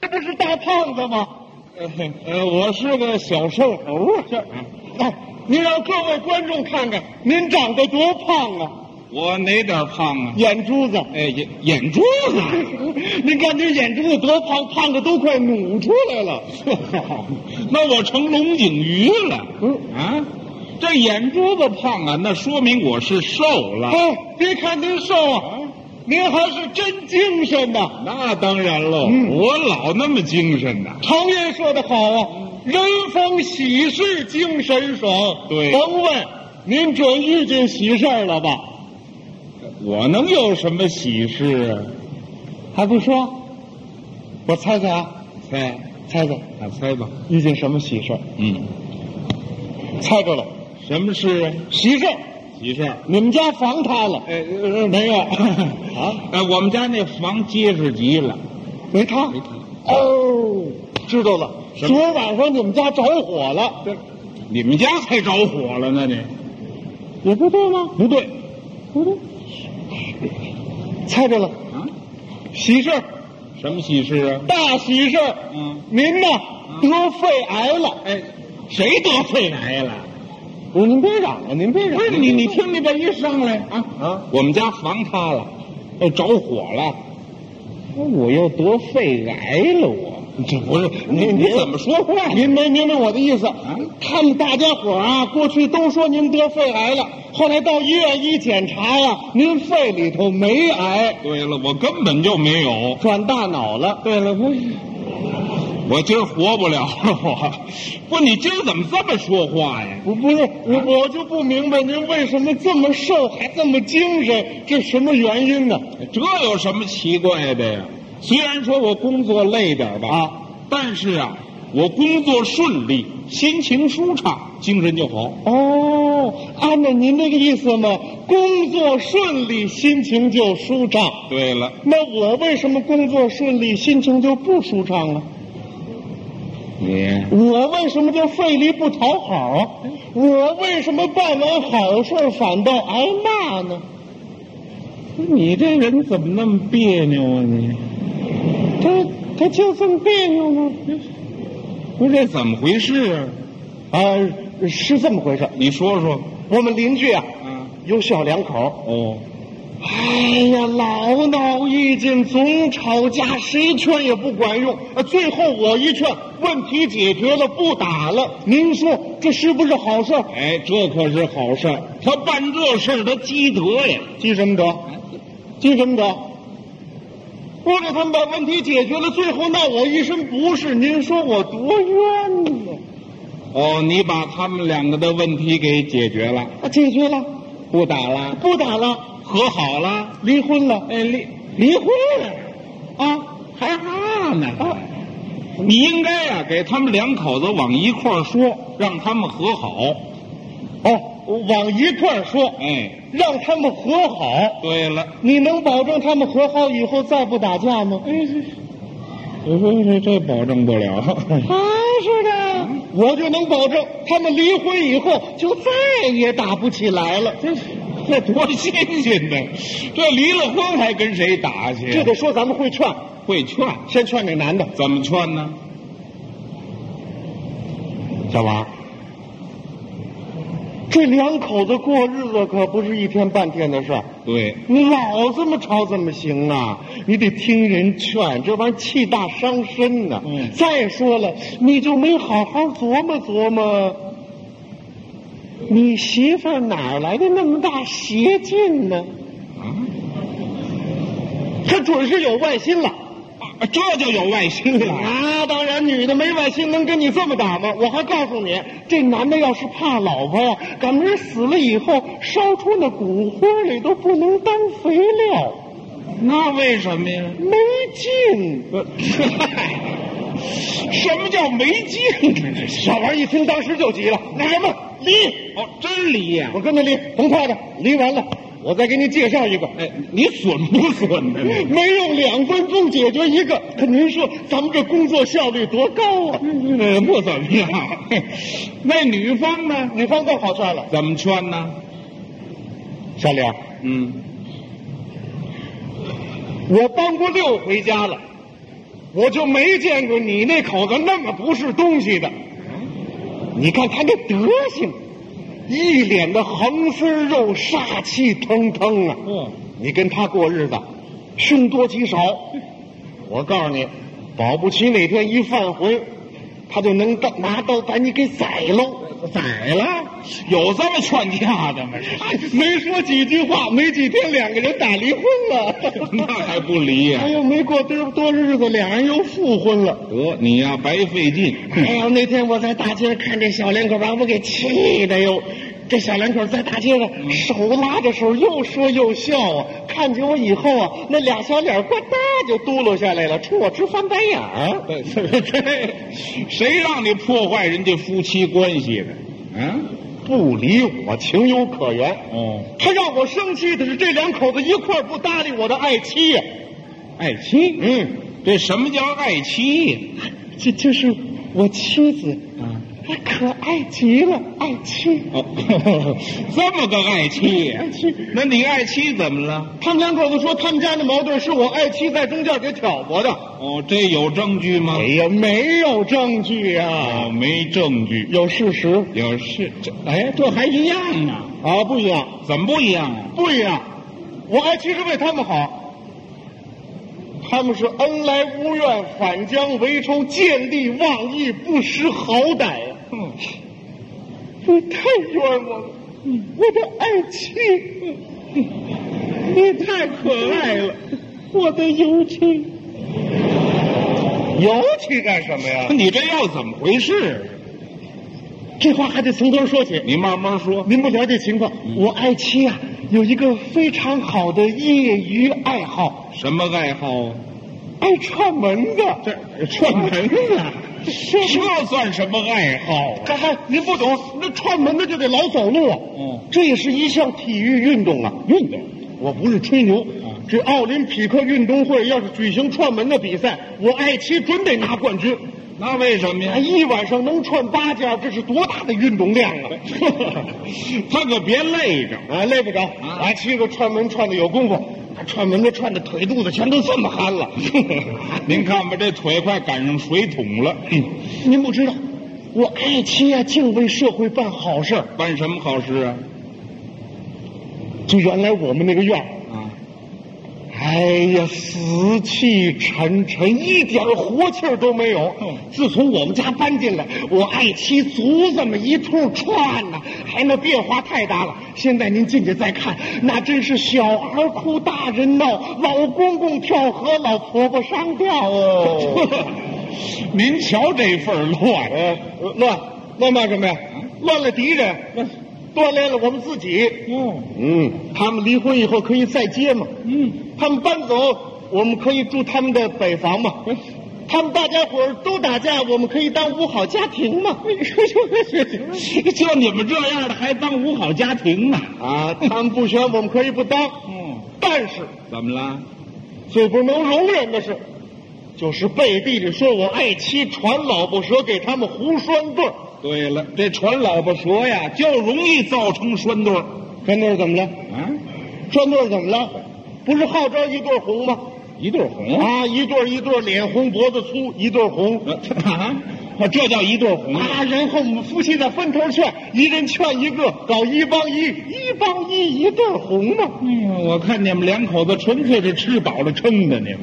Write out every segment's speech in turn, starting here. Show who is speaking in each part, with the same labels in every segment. Speaker 1: 这不是大胖子吗？
Speaker 2: 呃 呃，我是个小圣猴啊，
Speaker 1: 哎，您让各位观众看看，您长得多胖啊！
Speaker 2: 我哪点胖啊？
Speaker 1: 眼珠子，
Speaker 2: 哎，眼眼珠 子，
Speaker 1: 您看这眼珠子多胖，胖的都快努出来了。
Speaker 2: 那我成龙井鱼了。
Speaker 1: 嗯
Speaker 2: 啊，这眼珠子胖啊，那说明我是瘦了。
Speaker 1: 哎，别看您瘦啊，您还是真精神呐、
Speaker 2: 那当然喽，我老那么精神呐、
Speaker 1: 常言说得好啊，人逢喜事精神爽。
Speaker 2: 对
Speaker 1: 甭问，您准遇见喜事儿了吧？
Speaker 2: 我能有什么喜事啊？
Speaker 1: 还不说，我猜猜啊，
Speaker 2: 猜，
Speaker 1: 猜猜
Speaker 2: 啊，猜吧。
Speaker 1: 遇见什么喜事儿？
Speaker 2: 嗯，
Speaker 1: 猜着了，
Speaker 2: 什么事啊？
Speaker 1: 喜事儿，
Speaker 2: 喜事儿？
Speaker 1: 你们家房塌了？
Speaker 2: 呃，呃没有
Speaker 1: 啊
Speaker 2: 啊。呃，我们家那房结实极了。
Speaker 1: 没塌
Speaker 2: 没塌。
Speaker 1: 哦，知道了。
Speaker 2: 什么
Speaker 1: 昨儿晚上你们家着火了，
Speaker 2: 你们家才着火了呢，你
Speaker 1: 也不对吗？
Speaker 2: 不对
Speaker 1: 不对，猜着了，
Speaker 2: 啊？
Speaker 1: 喜事儿，
Speaker 2: 什么喜事啊？
Speaker 1: 大喜事儿。
Speaker 2: 嗯，
Speaker 1: 您呐得肺癌了。
Speaker 2: 哎，谁得肺癌了？
Speaker 1: 不是您别嚷啊，您别嚷
Speaker 2: 不是你，你听你这一上来啊
Speaker 1: 啊，
Speaker 2: 我们家房塌了，
Speaker 1: 哎
Speaker 2: 呃，着火了，我又得肺癌了，我这不是你你怎么说话呢？
Speaker 1: 您没明白我的意思
Speaker 2: 啊
Speaker 1: 他们大家伙儿啊，过去都说您得肺癌了，后来到医院一检查呀、您肺里头没癌，
Speaker 2: 对了，我根本就没有。
Speaker 1: 转大脑了。
Speaker 2: 对了，不是，我今儿活不了了， 我不，你今儿怎么这么说话呀？
Speaker 1: 不不是我，我就不明白您为什么这么瘦还这么精神，这什么原因呢？
Speaker 2: 这有什么奇怪的呀？虽然说我工作累点儿吧，
Speaker 1: 啊，
Speaker 2: 但是啊，我工作顺利，心情舒畅，精神就好。
Speaker 1: 哦，按照您这个意思嘛，工作顺利，心情就舒畅。
Speaker 2: 对了，
Speaker 1: 那我为什么工作顺利，心情就不舒畅啊？
Speaker 2: 你
Speaker 1: 我为什么就费力不讨好啊？我为什么办完好事儿反倒挨骂呢？
Speaker 2: 你这人怎么那么别扭啊你？
Speaker 1: 他他就这么别扭吗？
Speaker 2: 不是这怎么回事啊？
Speaker 1: 啊，是这么回事儿。
Speaker 2: 你说说。
Speaker 1: 我们邻居啊，
Speaker 2: 啊，
Speaker 1: 有小两口儿，
Speaker 2: 哦，
Speaker 1: 哎呀，老闹意见，总吵架，谁劝也不管用。呃最后我一劝，问题解决了，不打了。您说这是不是好事儿？
Speaker 2: 哎，这可是好事儿。他办这事儿，他积德呀。
Speaker 1: 积什么德？积什么德？我给他们把问题解决了，最后闹我一身不是，您说我多冤呢？
Speaker 2: 哦，你把他们两个的问题给解决了，
Speaker 1: 啊，解决了，
Speaker 2: 不打了，
Speaker 1: 不打了，
Speaker 2: 和好了，
Speaker 1: 离婚了，
Speaker 2: 哎，离
Speaker 1: 离婚了，啊，
Speaker 2: 还哈呢。
Speaker 1: 啊
Speaker 2: 你应该啊，给他们两口子往一块儿说，让他们和好。
Speaker 1: 哦，往一块儿说，
Speaker 2: 哎，
Speaker 1: 让他们和好。
Speaker 2: 对了，
Speaker 1: 你能保证他们和好以后再不打架吗？
Speaker 2: 我说这这保证不了。
Speaker 1: 啊，是的，我就能保证他们离婚以后就再也打不起来了。
Speaker 2: 这多新鲜的！ 这离了婚还跟谁打去？啊
Speaker 1: 这得说咱们会劝，
Speaker 2: 会嗯劝，
Speaker 1: 先劝那男的，
Speaker 2: 怎么劝呢？
Speaker 1: 小王，这两口子过日子可不是一天半天的事儿。
Speaker 2: 对，
Speaker 1: 你老这么吵怎么行啊？你得听人劝，这玩意儿气大伤身呐、
Speaker 2: 嗯
Speaker 1: 再说了，你就没好好琢磨琢磨，你媳妇儿哪儿来的那么大邪劲呢？她准是有外心了。
Speaker 2: 啊，这就有外心了。
Speaker 1: 啊，当然，女的没外心能跟你这么打吗？我还告诉你，这男的要是怕老婆呀，赶明儿死了以后，烧出那骨灰里都不能当肥料，
Speaker 2: 那为什么 呀？
Speaker 1: 没劲。
Speaker 2: 什么叫没劲呢？这是
Speaker 1: 小王一听，当时就急了：“那什么，离！
Speaker 2: 哦，真离呀、
Speaker 1: 我跟他离，甭怕他，离完了，我再给你介绍一个。
Speaker 2: 哎，你损不损呢？你
Speaker 1: 没用两分钟解决一个，可您说咱们这工作效率多高啊！
Speaker 2: 呃不怎么样。那女方呢？
Speaker 1: 女方更好劝了，
Speaker 2: 怎么劝呢？
Speaker 1: 小李啊，
Speaker 2: 嗯，
Speaker 1: 我搬过六回家了，我就没见过你那口子那么不是东西的。你看他那德行，一脸的横丝肉，煞气腾腾啊！
Speaker 2: 嗯，
Speaker 1: 你跟他过日子，凶多吉少。我告诉你，保不齐哪天一犯浑，他就能到拿刀把你给宰喽。
Speaker 2: 宰了，有这么劝架的吗？
Speaker 1: 没说几句话，没几天两个人打离婚了。
Speaker 2: 那还不离呀、
Speaker 1: 哎呦，没过多多日子，俩人又复婚了。
Speaker 2: 得，你呀、白费 劲。
Speaker 1: 哎呦，那天我在大街上看这小两口，把我给气的哟。这小两口在大街上手拉着手，又说又笑啊。看见我以后啊，那俩小脸呱嗒就嘟噜下来了，冲我直翻白眼
Speaker 2: 啊
Speaker 1: 儿。
Speaker 2: 谁让你破坏人家夫妻关系的？啊？
Speaker 1: 不理我，情有可原。
Speaker 2: 哦，
Speaker 1: 他让我生气的是，这两口子一块儿不搭理我的爱妻呀、
Speaker 2: 爱妻。
Speaker 1: 嗯，
Speaker 2: 这什么叫爱妻？
Speaker 1: 这就是我妻子，
Speaker 2: 啊，
Speaker 1: 她可爱极了，爱妻。
Speaker 2: 哦， 这么个爱妻呀
Speaker 1: 爱妻
Speaker 2: 那你爱妻怎么了？
Speaker 1: 他们两口子说，他们家的矛盾是我爱妻在中间给挑拨的。
Speaker 2: 哦，这有证据吗？
Speaker 1: 哎呀，没有证据啊
Speaker 2: 哦，，没证据。
Speaker 1: 有事实
Speaker 2: 有事，这哎，这还一样呢？
Speaker 1: 啊，不一样，
Speaker 2: 怎么不一样啊？
Speaker 1: 不一样。我爱妻是为他们好，他们是恩来无怨，反将为仇，见利忘义，不识好歹呀、我太冤枉了，我的爱妻，你太可爱了，我的油妻，油妻干什么哎呀？
Speaker 2: 你这又怎么回事？啊
Speaker 1: 这话还得从头说起。
Speaker 2: 你慢慢说。
Speaker 1: 您不了解情况，我爱妻啊有一个非常好的业余爱好，
Speaker 2: 什么爱好啊？
Speaker 1: 爱哎串门子。
Speaker 2: 这串门
Speaker 1: 啊，说不
Speaker 2: 这算什么爱好啊？
Speaker 1: 这还您不懂，那串门子就得老走路啊。
Speaker 2: 嗯，
Speaker 1: 这也是一项体育运动啊，运动。嗯我不是吹牛
Speaker 2: 啊，
Speaker 1: 这奥林匹克运动会要是举行串门的比赛，我爱妻准得拿冠军。
Speaker 2: 那为什么呀
Speaker 1: 哎，？一晚上能串八家，这是多大的运动量啊！
Speaker 2: 他可别累着。
Speaker 1: 啊，累不着。我爱妻子串门串的有功夫，串门子串的腿肚子全都这么憨了。
Speaker 2: 您看吧，这腿快赶上水桶了。
Speaker 1: 您不知道，我爱妻啊，净为社会办好事儿。
Speaker 2: 办什么好事啊？
Speaker 1: 就原来我们那个院儿
Speaker 2: 啊，
Speaker 1: 哎呀，死气沉沉，一点活气儿都没有。自从我们家搬进来，我爱妻足这么一通串呐，哎，那变化太大了。现在您进去再看，那真是小孩哭，大人闹，老公公跳河，老婆婆上吊哦。
Speaker 2: 您瞧这份儿乱，
Speaker 1: 呃，乱乱骂什么呀？乱了敌人，锻炼了我们自己。
Speaker 2: 哦，
Speaker 1: 嗯，他们离婚以后可以再结嘛。
Speaker 2: 嗯，
Speaker 1: 他们搬走，我们可以住他们的北房嘛。他们大家伙儿都打架，我们可以当五好家庭嘛。
Speaker 2: 就你们这样的还当五好家庭呢？
Speaker 1: 啊，他们不选，我们可以不当。
Speaker 2: 嗯，
Speaker 1: 但是
Speaker 2: 怎么了？
Speaker 1: 最不能容忍的是，就是背地里说我爱妻传老婆舌给他们胡拴对儿。
Speaker 2: 对了，这传老婆舌呀，就容易造成栓对儿
Speaker 1: 拴对儿怎么了？
Speaker 2: 啊，
Speaker 1: 拴对儿怎么了？不是号召一对儿红吗？
Speaker 2: 一对儿红啊
Speaker 1: 啊，一对儿一对儿脸红脖子粗，一对儿红。
Speaker 2: 啊，我这叫一对儿红
Speaker 1: 啊，然后我们夫妻在分头劝，一人劝一个，搞一帮一，一帮一，一对儿红嘛。
Speaker 2: 哎呦，我看你们两口子纯粹是吃饱了撑的，你们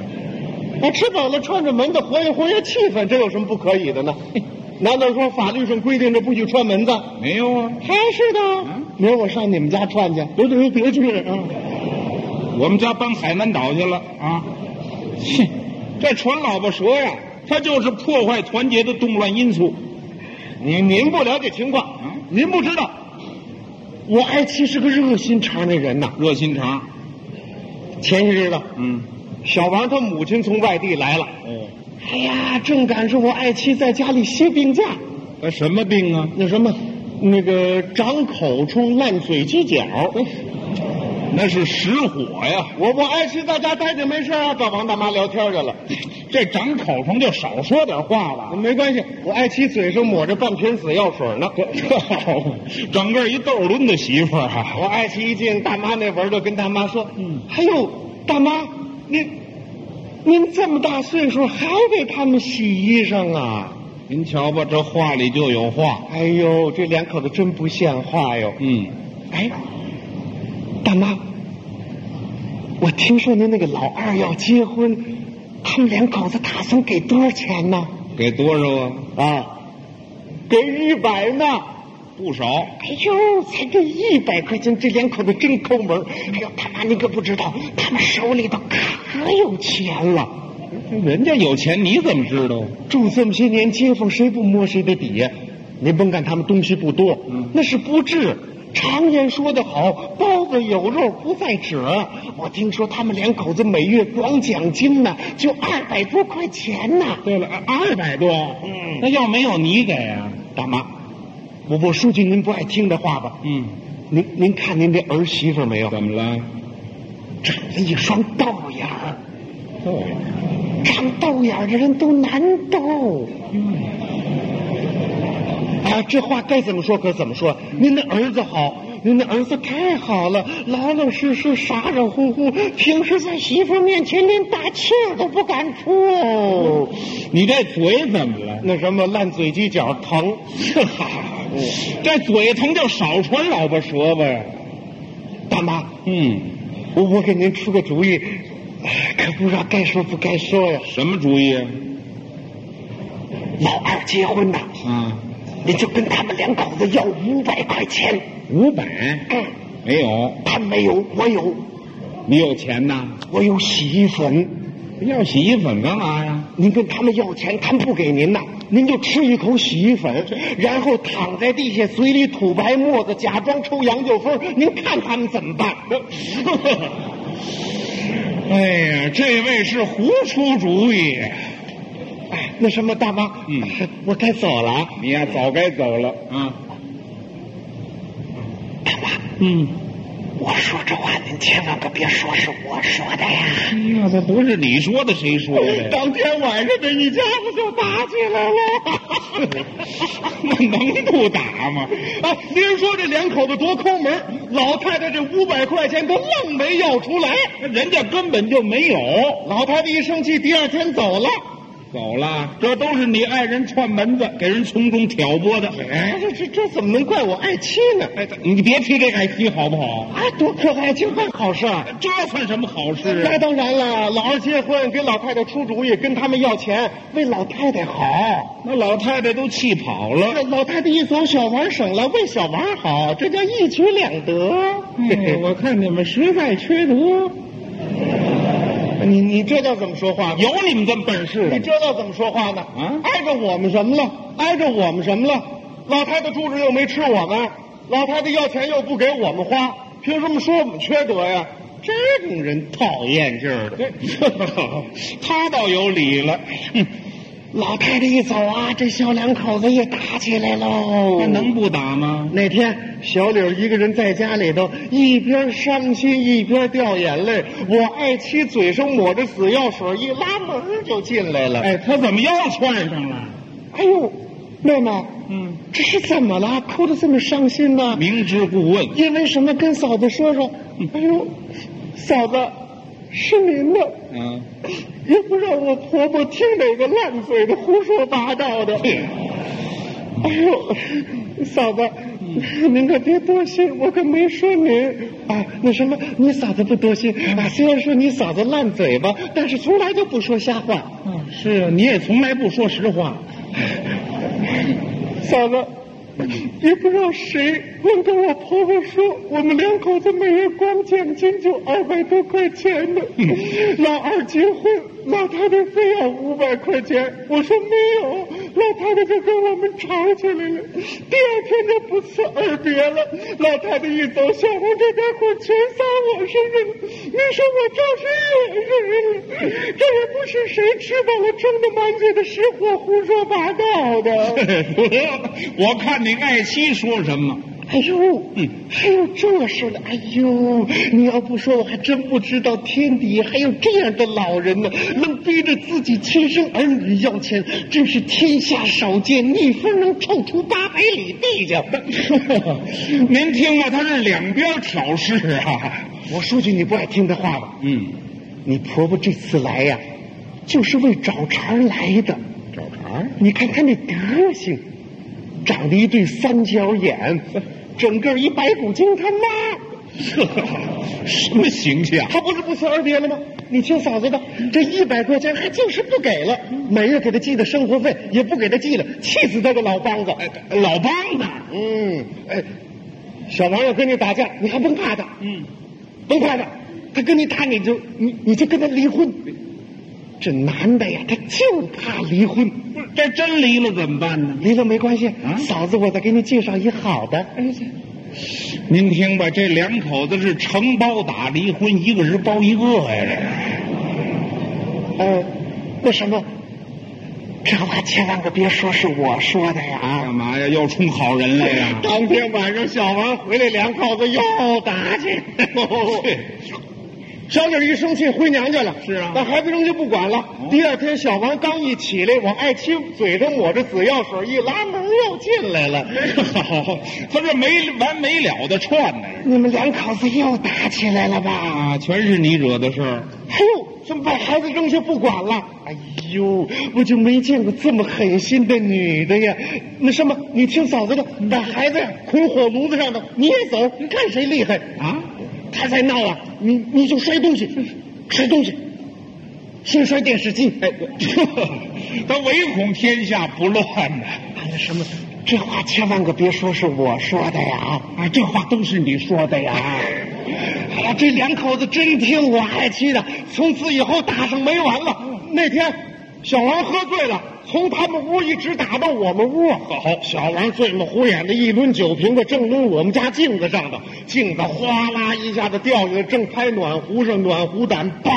Speaker 1: 啊，吃饱了串着门子，活跃活跃气氛，这有什么不可以的呢？难道说法律上规定着不许串门子？
Speaker 2: 没有啊？
Speaker 1: 还是的
Speaker 2: 嗯
Speaker 1: 明儿我上你们家串去。别别别去啊！
Speaker 2: 我们家搬海南岛去了啊！切，这传老婆舌呀，它就是破坏团结的动乱因素。
Speaker 1: 您您不了解情况，
Speaker 2: 嗯
Speaker 1: 您不知道，我爱妻是个热心肠的人呐。
Speaker 2: 热心肠，
Speaker 1: 前些日子，
Speaker 2: 嗯，
Speaker 1: 小王他母亲从外地来了，
Speaker 2: 哦，
Speaker 1: 哎呀，正赶上我爱妻在家里歇病假。
Speaker 2: 那什么病啊？
Speaker 1: 呃那什么，那个长口虫、烂嘴犄角。
Speaker 2: 哦那是实火呀！
Speaker 1: 我我爱妻在家待着没事啊，找王大妈聊天去了。
Speaker 2: 这长口虫就少说点话吧。
Speaker 1: 没关系，我爱妻嘴上抹着半瓶死药水呢。
Speaker 2: 整个一豆抡的媳妇儿啊！
Speaker 1: 我哎爱妻一进大妈那门就跟大妈说：“
Speaker 2: 嗯
Speaker 1: 哎呦，大妈，您您这么大岁数还给他们洗衣裳啊？
Speaker 2: 您瞧吧，这话里就有话。
Speaker 1: 哎呦，这两口子真不像话哟！
Speaker 2: 嗯，
Speaker 1: 哎，大妈，我听说您那个老二要结婚，他们两口子打算给多少钱呢？
Speaker 2: 给多少啊？
Speaker 1: 啊，给一百呢。
Speaker 2: 不少。
Speaker 1: 哎呦，才给一百块钱，这两口子真抠门儿。哎呦，大妈，你可不知道，他们手里头可有钱了。
Speaker 2: 人家有钱，你怎么知道？
Speaker 1: 住这么些年，街坊谁不摸谁的底呀？您甭看他们东西不多，
Speaker 2: 嗯
Speaker 1: 那是不治。常言说得好，包子有肉不在褶儿。我听说他们两口子每月光奖金呢，就二百多块钱呢。
Speaker 2: 对了，二百多。
Speaker 1: 嗯
Speaker 2: 那要没有你给啊？
Speaker 1: 大妈，我我说句您不爱听的话吧，
Speaker 2: 嗯，
Speaker 1: 您您看您这儿媳妇没有？
Speaker 2: 怎么了？
Speaker 1: 长了一双豆眼儿，
Speaker 2: 哦，
Speaker 1: 长豆眼儿的人都难斗。啊，这话该怎么说可怎么说。您的儿子好，您的儿子太好了，老老实实、傻傻乎乎，平时在媳妇面前连大气儿都不敢出。
Speaker 2: 你这嘴怎么了？
Speaker 1: 那什么烂嘴犄角疼，
Speaker 2: 这嘴疼就少传老婆舌啊呗。
Speaker 1: 大妈，
Speaker 2: 嗯，
Speaker 1: 我我给您出个主意，呃可不知道该说不该说呀。
Speaker 2: 什么主意啊？
Speaker 1: 老二结婚呐，
Speaker 2: 啊，
Speaker 1: 你就跟他们两口子要五百块钱。
Speaker 2: 五百
Speaker 1: 嗯，
Speaker 2: 没有，
Speaker 1: 他没有，我有，
Speaker 2: 你有钱呐？
Speaker 1: 我有洗衣粉。
Speaker 2: 要洗衣粉干嘛呀？
Speaker 1: 您跟他们要钱，他们不给您呐，您就吃一口洗衣粉，然后躺在地下，嘴里吐白沫子，假装抽洋酒风。您看他们怎么 办？
Speaker 2: 哎呀，这位是胡出主意，
Speaker 1: 哎，那什么大妈，
Speaker 2: 嗯，
Speaker 1: 我该走了啊。
Speaker 2: 你呀早该走了啊。
Speaker 1: 大妈，
Speaker 2: 嗯，
Speaker 1: 我说这话您千万可别说是我说的呀。
Speaker 2: 哎呀，这不是你说的，谁说 的呀？
Speaker 1: 当天晚上这一家子就打起来了。
Speaker 2: 那能不打吗？
Speaker 1: 哎，您说这两口子多抠门儿，老太太这五百块钱她愣没要出来。
Speaker 2: 人家根本就没有，
Speaker 1: 老太太一生气，第二天走了。
Speaker 2: 走了，这都是你爱人串门子，给人从中挑拨的。
Speaker 1: 哎，这这这怎么能怪我爱妻呢？
Speaker 2: 哎，你别提这爱妻好不好？
Speaker 1: 啊，多可爱，情办好事儿。
Speaker 2: 这算什么好事
Speaker 1: 那
Speaker 2: 啊？
Speaker 1: 当然了，老二结婚给老太太出主意，跟他们要钱，为老太太好。
Speaker 2: 那老太太都气跑了。
Speaker 1: 这老太太一走，小王省了，为小王好，这叫一举两得。
Speaker 2: 哎，我看你们实在缺德，有
Speaker 1: 你你这叫怎么说话？
Speaker 2: 你们这么笨事
Speaker 1: 你
Speaker 2: 的吗？
Speaker 1: 这叫怎么说话呢？
Speaker 2: 啊
Speaker 1: 碍着我们什么了？碍着我们什么了？老太太住着又没吃我们，老太太要钱又不给我们花，凭什么说我们缺德呀？这种人讨厌劲儿的。
Speaker 2: 他倒有理了，哼
Speaker 1: 老太太一走啊，这小两口子又打起来喽。
Speaker 2: 那能不打吗？
Speaker 1: 那天，小柳一个人在家里头，一边伤心一边掉眼泪。我爱妻嘴上抹着紫药水，一拉门就进来了。
Speaker 2: 哎，他怎么又窜上了？
Speaker 1: 哎呦，妹妹，
Speaker 2: 嗯，
Speaker 1: 这是怎么了？哭得这么伤心呢？
Speaker 2: 明知故问，
Speaker 1: 因为什么？跟嫂子说说。哎呦，嫂子，是您的，
Speaker 2: 嗯，
Speaker 1: 也不让我婆婆听哪个烂嘴的胡说八道的。哎呦，嫂子，您可别多心，我可没说您啊。那什么，你嫂子不多心啊。虽然说你嫂子烂嘴巴，但是从来就不说瞎话。
Speaker 2: 嗯是啊，你也从来不说实话。
Speaker 1: 嫂子，也不知道谁愣跟我婆婆说，我们两口子每月光奖金就二百多块钱呢。老二结婚，老太太非要五百块钱，我说没有，老太太就跟我们吵起来了。第二天就不辞而别了。老太太一走，小红这点火全撒我身上了，你说我照谁惹谁了？这也不是谁吃饱了撑的，满嘴的实话胡说八道的。
Speaker 2: 得， 我看你爱妻说什么。
Speaker 1: 哎呦，还有这事呢！哎呦，你要不说，我还真不知道天底下还有这样的老人呢，能逼着自己亲生儿女要钱，真是天下少见，逆风能臭出八百里地 去。
Speaker 2: 您听啊，他是两边挑事啊。
Speaker 1: 我说句你不爱听的话吧，
Speaker 2: 嗯，
Speaker 1: 你婆婆这次来呀、就是为找茬儿来的。
Speaker 2: 找茬儿
Speaker 1: 你看他那德行，长得一对三角眼，整个一白骨精他妈。
Speaker 2: 什么形象？
Speaker 1: 他不是不辞而别了吗？你听嫂子的，这一百块钱还就是不给了，每月给他寄的生活费也不给他寄了，气死这个老梆子！
Speaker 2: 哎老梆子，
Speaker 1: 嗯，哎，小王要跟你打架，你还甭怕他，
Speaker 2: 嗯，
Speaker 1: 甭怕他，他跟你打你就你你就跟他离婚。这男的呀，他就怕离婚，
Speaker 2: 不是这真离了怎么办呢？
Speaker 1: 离了没关系，
Speaker 2: 啊哎
Speaker 1: 嫂子，我再给你介绍一好的。
Speaker 2: 您听吧，这两口子是成包打离婚，一个是包一个呀、
Speaker 1: 呃，那什么，这话千万可别说是我说的呀。
Speaker 2: 啊，干嘛呀？要充好人来呀、
Speaker 1: 当天晚上，小王回来，两口子又 打起。小李一生气回娘家了，
Speaker 2: 是啊
Speaker 1: 把孩子扔家不管了。第二天，小王刚一起来，往爱妻嘴上抹着紫药水，一拉门又进来了。
Speaker 2: 好， 他这没完没了的串呢、
Speaker 1: 你们两口子又打起来了吧？
Speaker 2: 啊，全是你惹的事儿。
Speaker 1: 哎呦，怎么把孩子扔下不管了？哎呦，我就没见过这么狠心的女的呀！那什么，你听嫂子的，把孩子呀捆火炉子上头，你也走，你看谁厉害
Speaker 2: 啊？
Speaker 1: 他再闹啊，你你就摔东西，摔东西，先摔电视机。哎，
Speaker 2: 他唯恐天下不乱呢、
Speaker 1: 那哎什么，这话千万可别说是我说的呀啊！
Speaker 2: 啊，这话都是你说的呀。
Speaker 1: 哎呀，这两口子真听我爱妻的，从此以后打上没完了。那天小王喝醉了，从他们屋一直打到我们屋。好，小王醉么糊眼的一抡酒瓶子，正抡我们家镜子上头，镜子哗啦一下子掉下来，正拍暖壶上，暖壶胆梆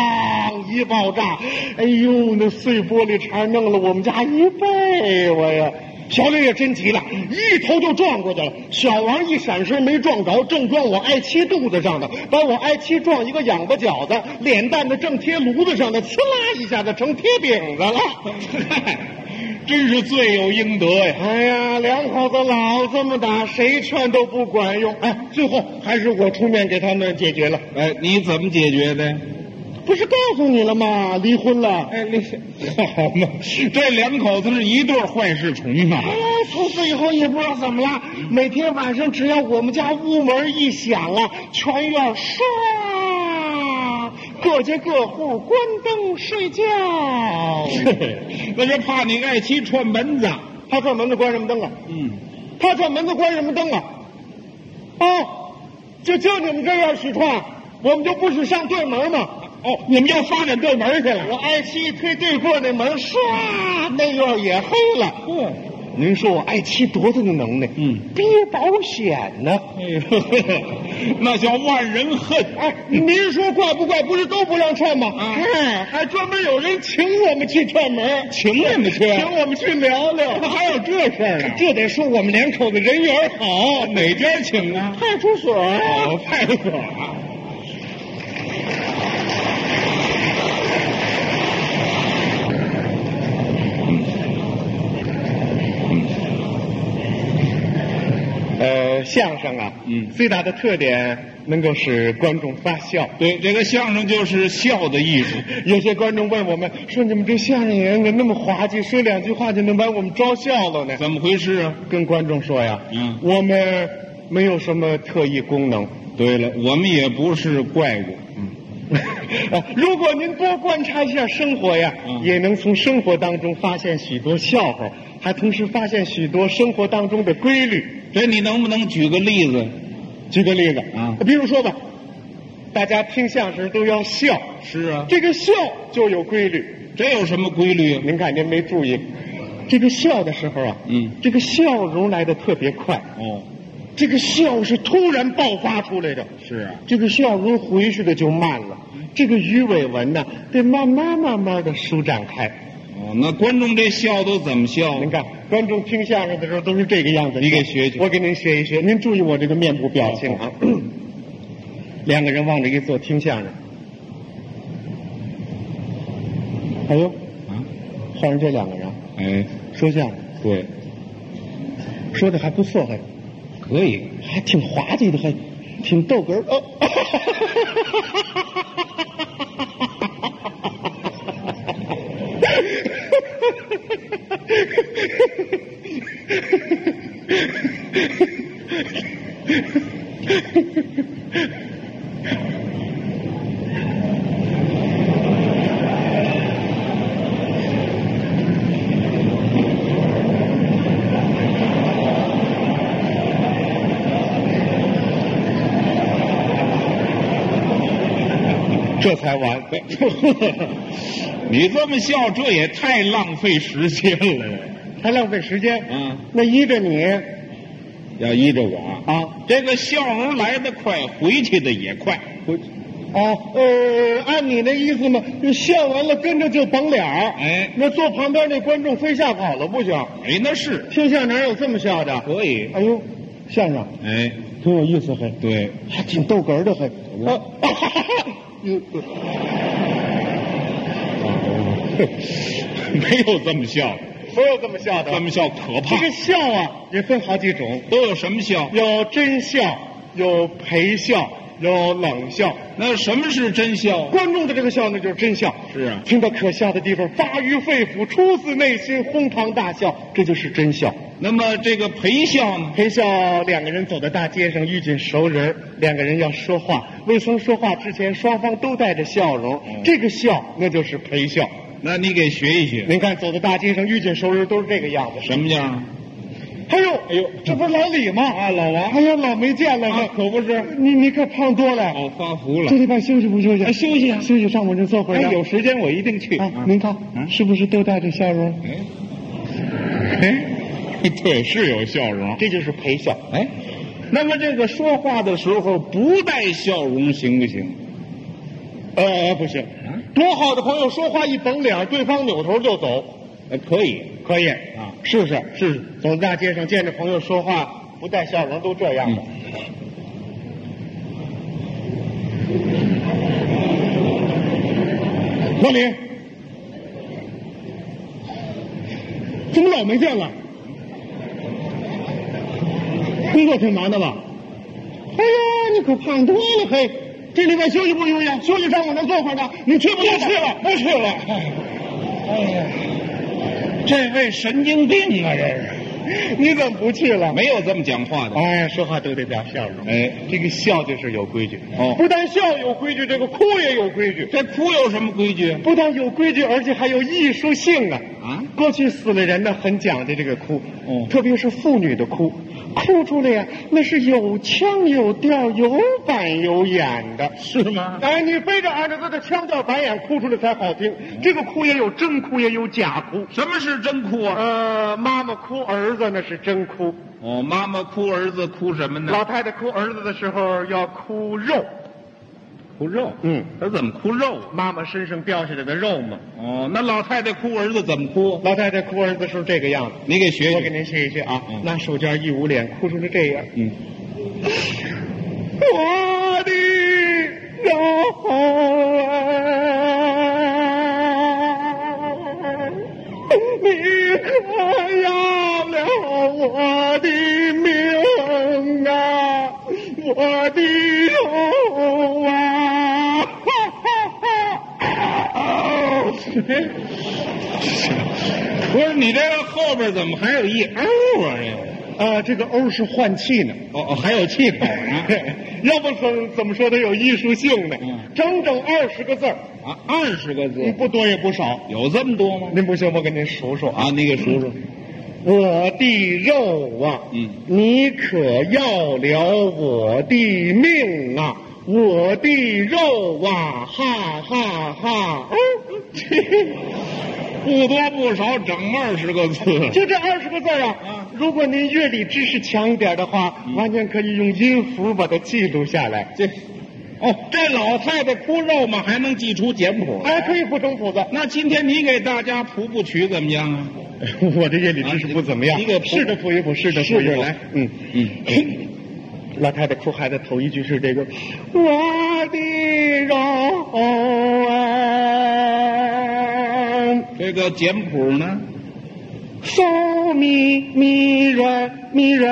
Speaker 1: 一爆炸，哎呦，那碎玻璃碴弄了我们家一被窝呀！小李也真急了，一头就撞过去了。小王一闪身没撞着，正撞我爱妻肚子上的，把我爱妻撞一个仰巴饺子，脸蛋子正贴炉子上的，呲啦一下子成贴饼子了。
Speaker 2: 真是罪有应得呀！
Speaker 1: 哎呀，两口子老这么打，谁劝都不管用。哎，最后还是我出面给他们解决了。
Speaker 2: 哎，你怎么解决的？
Speaker 1: 不是告诉你了吗？离婚了。
Speaker 2: 哎，你好嘛，这两口子是一对儿坏事虫啊
Speaker 1: 哎！呀，从此以后也不知道怎么了，每天晚上只要我们家屋门一响啊，全院唰，各家各户关灯睡觉。
Speaker 2: 那是怕你爱妻串门子。
Speaker 1: 他串门子关什么灯啊？
Speaker 2: 嗯，
Speaker 1: 他串门子关什么灯啊？哦，就就你们这院许串，我们就不许上对门嘛。
Speaker 2: 哦，你们要发展对门去了。
Speaker 1: 我爱妻一推对过那门，唰，那院也黑了。
Speaker 2: 嗯，
Speaker 1: 您说我爱妻多大的能耐？
Speaker 2: 嗯，
Speaker 1: 憋保险呢。
Speaker 2: 哎呦， 那叫万人恨。
Speaker 1: 哎，您说怪不怪？不是都不让串吗？
Speaker 2: 啊
Speaker 1: 哎，还专门有人请我们去串门，
Speaker 2: 请你们去啊
Speaker 1: 请我们去聊聊。
Speaker 2: 还有这事儿呢？
Speaker 1: 这得说我们两口子人缘好，
Speaker 2: 哦，哪家请啊？
Speaker 1: 派出所啊。
Speaker 2: 哦，派出所啊。
Speaker 1: 呃，相声啊，
Speaker 2: 嗯
Speaker 1: 最大的特点能够使观众发笑。
Speaker 2: 对，这个相声就是笑的艺术。
Speaker 1: 有些观众问我们说：“你们这相声演员怎么那么滑稽？说两句话就能把我们招笑了呢
Speaker 2: 怎么回事啊？？”
Speaker 1: 跟观众说呀，
Speaker 2: 嗯
Speaker 1: 我们没有什么特异功能。
Speaker 2: 对了，我们也不是怪物。
Speaker 1: 啊如果您多观察一下生活呀，
Speaker 2: 嗯
Speaker 1: 也能从生活当中发现许多笑话，还同时发现许多生活当中的规律。
Speaker 2: 这你能不能举个例子？
Speaker 1: 举个例子
Speaker 2: 啊
Speaker 1: 比如说吧，大家听相声都要笑，
Speaker 2: 是啊，
Speaker 1: 这个笑就有规律。
Speaker 2: 这有什么规律啊？
Speaker 1: 您看您没注意，这个笑的时候啊，
Speaker 2: 嗯
Speaker 1: 这个笑容来的特别快，
Speaker 2: 哦，
Speaker 1: 这个笑是突然爆发出来的。
Speaker 2: 是啊，
Speaker 1: 这个笑容回去的就慢了，这个鱼尾纹呢，得慢慢慢慢的舒展开。
Speaker 2: 哦，那观众这笑都怎么笑？啊
Speaker 1: 您看，观众听相声的时候都是这个样子。
Speaker 2: 你给学学
Speaker 1: 啊我给您学一学。您注意我这个面部表情啊。 两个人往这一坐听相声。哎呦，
Speaker 2: 啊，
Speaker 1: 换成这两个人
Speaker 2: 哎，
Speaker 1: 说相声，
Speaker 2: 对，
Speaker 1: 说的还不错，还
Speaker 2: 可以。
Speaker 1: 还挺滑稽的，还挺逗哏儿。哦， 这才完。
Speaker 2: 你这么笑，这也太浪费时间了。
Speaker 1: 还浪费时间。
Speaker 2: 嗯，
Speaker 1: 那依着你
Speaker 2: 要依着我，
Speaker 1: 啊，
Speaker 2: 这个笑容来得快，回去的也快。
Speaker 1: 我哦，呃，按你那意思嘛，笑完了跟着就绷脸儿。
Speaker 2: 哎
Speaker 1: 那坐旁边那观众非吓跑了不行。
Speaker 2: 哎，那是
Speaker 1: 听相声哪有这么笑的？
Speaker 2: 可以。
Speaker 1: 哎呦，相声
Speaker 2: 哎，
Speaker 1: 挺有意思，还
Speaker 2: 对，
Speaker 1: 还挺逗哏儿的，还。 啊嗯
Speaker 2: 没有这么笑，
Speaker 1: 没有这么笑的
Speaker 2: 啊这么笑可
Speaker 1: 这
Speaker 2: 怕。
Speaker 1: 个笑啊，也分好几种，
Speaker 2: 都有什么笑？
Speaker 1: 有真笑，有陪笑，有冷笑。
Speaker 2: 那什么是真笑？
Speaker 1: 观众的这个笑那就是真笑，
Speaker 2: 是啊
Speaker 1: 听到可笑的地方，发于肺腑，出自内心，哄堂大笑，这就是真笑。
Speaker 2: 那么这个陪笑呢？
Speaker 1: 陪笑，两个人走在大街上，遇见熟人，两个人要说话，未曾说话之前，双方都带着笑容，
Speaker 2: 嗯
Speaker 1: 这个笑那就是陪笑。
Speaker 2: 那你给学一学，
Speaker 1: 您看，走在大街上遇见熟人都是这个样子。
Speaker 2: 什么样？嗯
Speaker 1: 哎呦，哎呦，这不是老李吗？啊，老王。哎呦，老没见了，
Speaker 2: 啊可不是
Speaker 1: 你你可胖多了。
Speaker 2: 哦，发福了
Speaker 1: 这。礼拜休息不休息？
Speaker 2: 哎休息啊
Speaker 1: 休息，上我这坐会儿
Speaker 2: 哎，
Speaker 1: 啊。
Speaker 2: 有时间我一定去。
Speaker 1: 啊，您看、
Speaker 2: 嗯
Speaker 1: 是不是都带着笑容？
Speaker 2: 哎，哎，对，是有笑容。
Speaker 1: 这就是陪笑。
Speaker 2: 哎，那么这个说话的时候不带笑容行不行？
Speaker 1: 呃，不行，
Speaker 2: 嗯
Speaker 1: 多好的朋友，说话一绷脸，对方扭头就走，
Speaker 2: 呃，可以。
Speaker 1: 可以
Speaker 2: 啊
Speaker 1: 是不是？
Speaker 2: 是
Speaker 1: 走在大街上见着朋友说话不带笑容，都这
Speaker 2: 啊
Speaker 1: 样
Speaker 2: 嗯
Speaker 1: 的。老李，怎么老没见了？工作挺忙的吧？哎呀，你可胖多了嘿！这礼拜休息不休息？休息上我那坐会儿呢。你去不去？不去了，不去了。哎呀，这位神经病啊，这是！你怎么不去了？
Speaker 2: 没有这么讲话的。
Speaker 1: 哎呀，说话都得点笑容。
Speaker 2: 哎，
Speaker 1: 这个笑就是有规矩。
Speaker 2: 哦
Speaker 1: 不但笑有规矩，这个哭也有规矩。
Speaker 2: 这哭有什么规矩
Speaker 1: 不但有规矩，而且还有艺术性啊！
Speaker 2: 啊？
Speaker 1: 过去死了人呢，很讲究这个哭，
Speaker 2: 嗯
Speaker 1: 特别是妇女的哭，哭出来呀、那是有腔有调、有板有眼的。
Speaker 2: 是吗？
Speaker 1: 哎，你非得按照他的腔调、板眼哭出来才好听。这个哭也有真哭，也有假哭。
Speaker 2: 什么是真哭啊？
Speaker 1: 呃，妈妈哭儿子那是真哭，
Speaker 2: 哦，妈妈哭，儿子哭什么呢？
Speaker 1: 老太太哭儿子的时候要哭肉，
Speaker 2: 哭肉。
Speaker 1: 嗯，
Speaker 2: 他怎么哭肉啊？
Speaker 1: 妈妈身上掉下来的肉嘛。
Speaker 2: 哦，那老太太哭，儿子怎么哭？
Speaker 1: 老太太哭儿子的时候这个样子。
Speaker 2: 你给学
Speaker 1: 我给
Speaker 2: 学。
Speaker 1: 您学一学啊，
Speaker 2: 嗯
Speaker 1: 拿手绢一捂脸，哭成是这样。
Speaker 2: 嗯，
Speaker 1: 我的肉啊，你可要了我的命啊，我的肉啊！哈哈哈！
Speaker 2: 不是你这个后边怎么还有一欧啊？这个
Speaker 1: 啊，这个欧是换气呢。
Speaker 2: 哦哦，还有气口 呢
Speaker 1: 要不说怎么说它有艺术性呢？
Speaker 2: 嗯
Speaker 1: 整整二十个字儿，
Speaker 2: 啊，二十个字，
Speaker 1: 不多也不少。
Speaker 2: 有这么多吗？
Speaker 1: 您不信，我给您数数啊！
Speaker 2: 啊，你给数数。
Speaker 1: 我的肉啊，
Speaker 2: 嗯
Speaker 1: 你可要了我的命啊！我的肉啊，哈哈哈！嗯，
Speaker 2: 不多不少，整二十个字。
Speaker 1: 就这二十个字儿啊嗯
Speaker 2: 啊，
Speaker 1: 如果您乐理知识强一点的话，完全可以用音符把它记录下来。
Speaker 2: 这哦，这老太太哭肉嘛，还能记出简谱来
Speaker 1: 还可以不整谱子，
Speaker 2: 那今天你给大家谱谱曲怎么样啊？
Speaker 1: 我这乐理知识不怎么样。
Speaker 2: 啊你给谱
Speaker 1: 试着谱一谱，试着谱
Speaker 2: 试
Speaker 1: 一
Speaker 2: 着
Speaker 1: 谱。
Speaker 2: 来
Speaker 1: 嗯。
Speaker 2: 嗯，
Speaker 1: 老太太哭孩子头一句是这个：“我的肉啊，
Speaker 2: 这个简谱 呢？
Speaker 1: 手咪咪软咪软，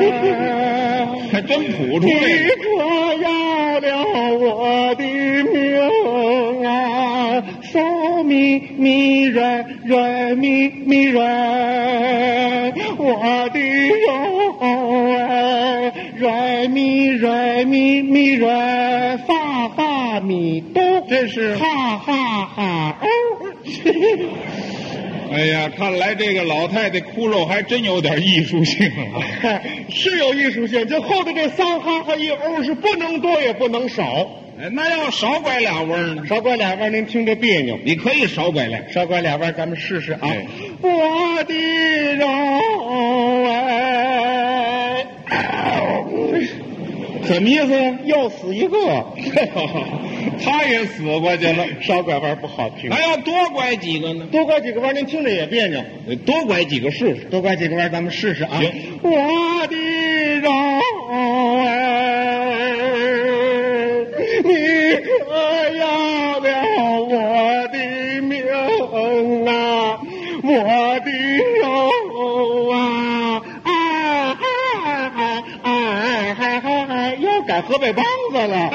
Speaker 1: 你
Speaker 2: 还真谱出来了。
Speaker 1: 可要了我的命啊！手咪咪软软咪咪软，我的肉啊，软咪软咪咪软，发发米兜，
Speaker 2: 这是
Speaker 1: 哈哈哈哦。
Speaker 2: 哎呀，看来这个老太太哭肉还真有点艺术性啊。
Speaker 1: 是有艺术性，这后头这三哈和一欧是不能多也不能少。
Speaker 2: 哎那要少拐俩弯儿呢？
Speaker 1: 少拐俩弯，您听着别扭。
Speaker 2: 你可以少拐俩，
Speaker 1: 少拐俩弯，咱们试试啊
Speaker 2: 哎。
Speaker 1: 我的柔哎，
Speaker 2: 什么意思 呀？
Speaker 1: 又死一个。
Speaker 2: 他也死过去了，
Speaker 1: 少拐弯不好听，
Speaker 2: 那要多拐几个呢？
Speaker 1: 多拐几个弯，您听着也别扭。
Speaker 2: 多拐几个试试。
Speaker 1: 多拐几个弯，咱们试试啊
Speaker 2: 行。
Speaker 1: 我的柔哎，你可要了我的命啊，我的柔啊，啊啊啊啊！哎哎哎哎，又改河北梆子了。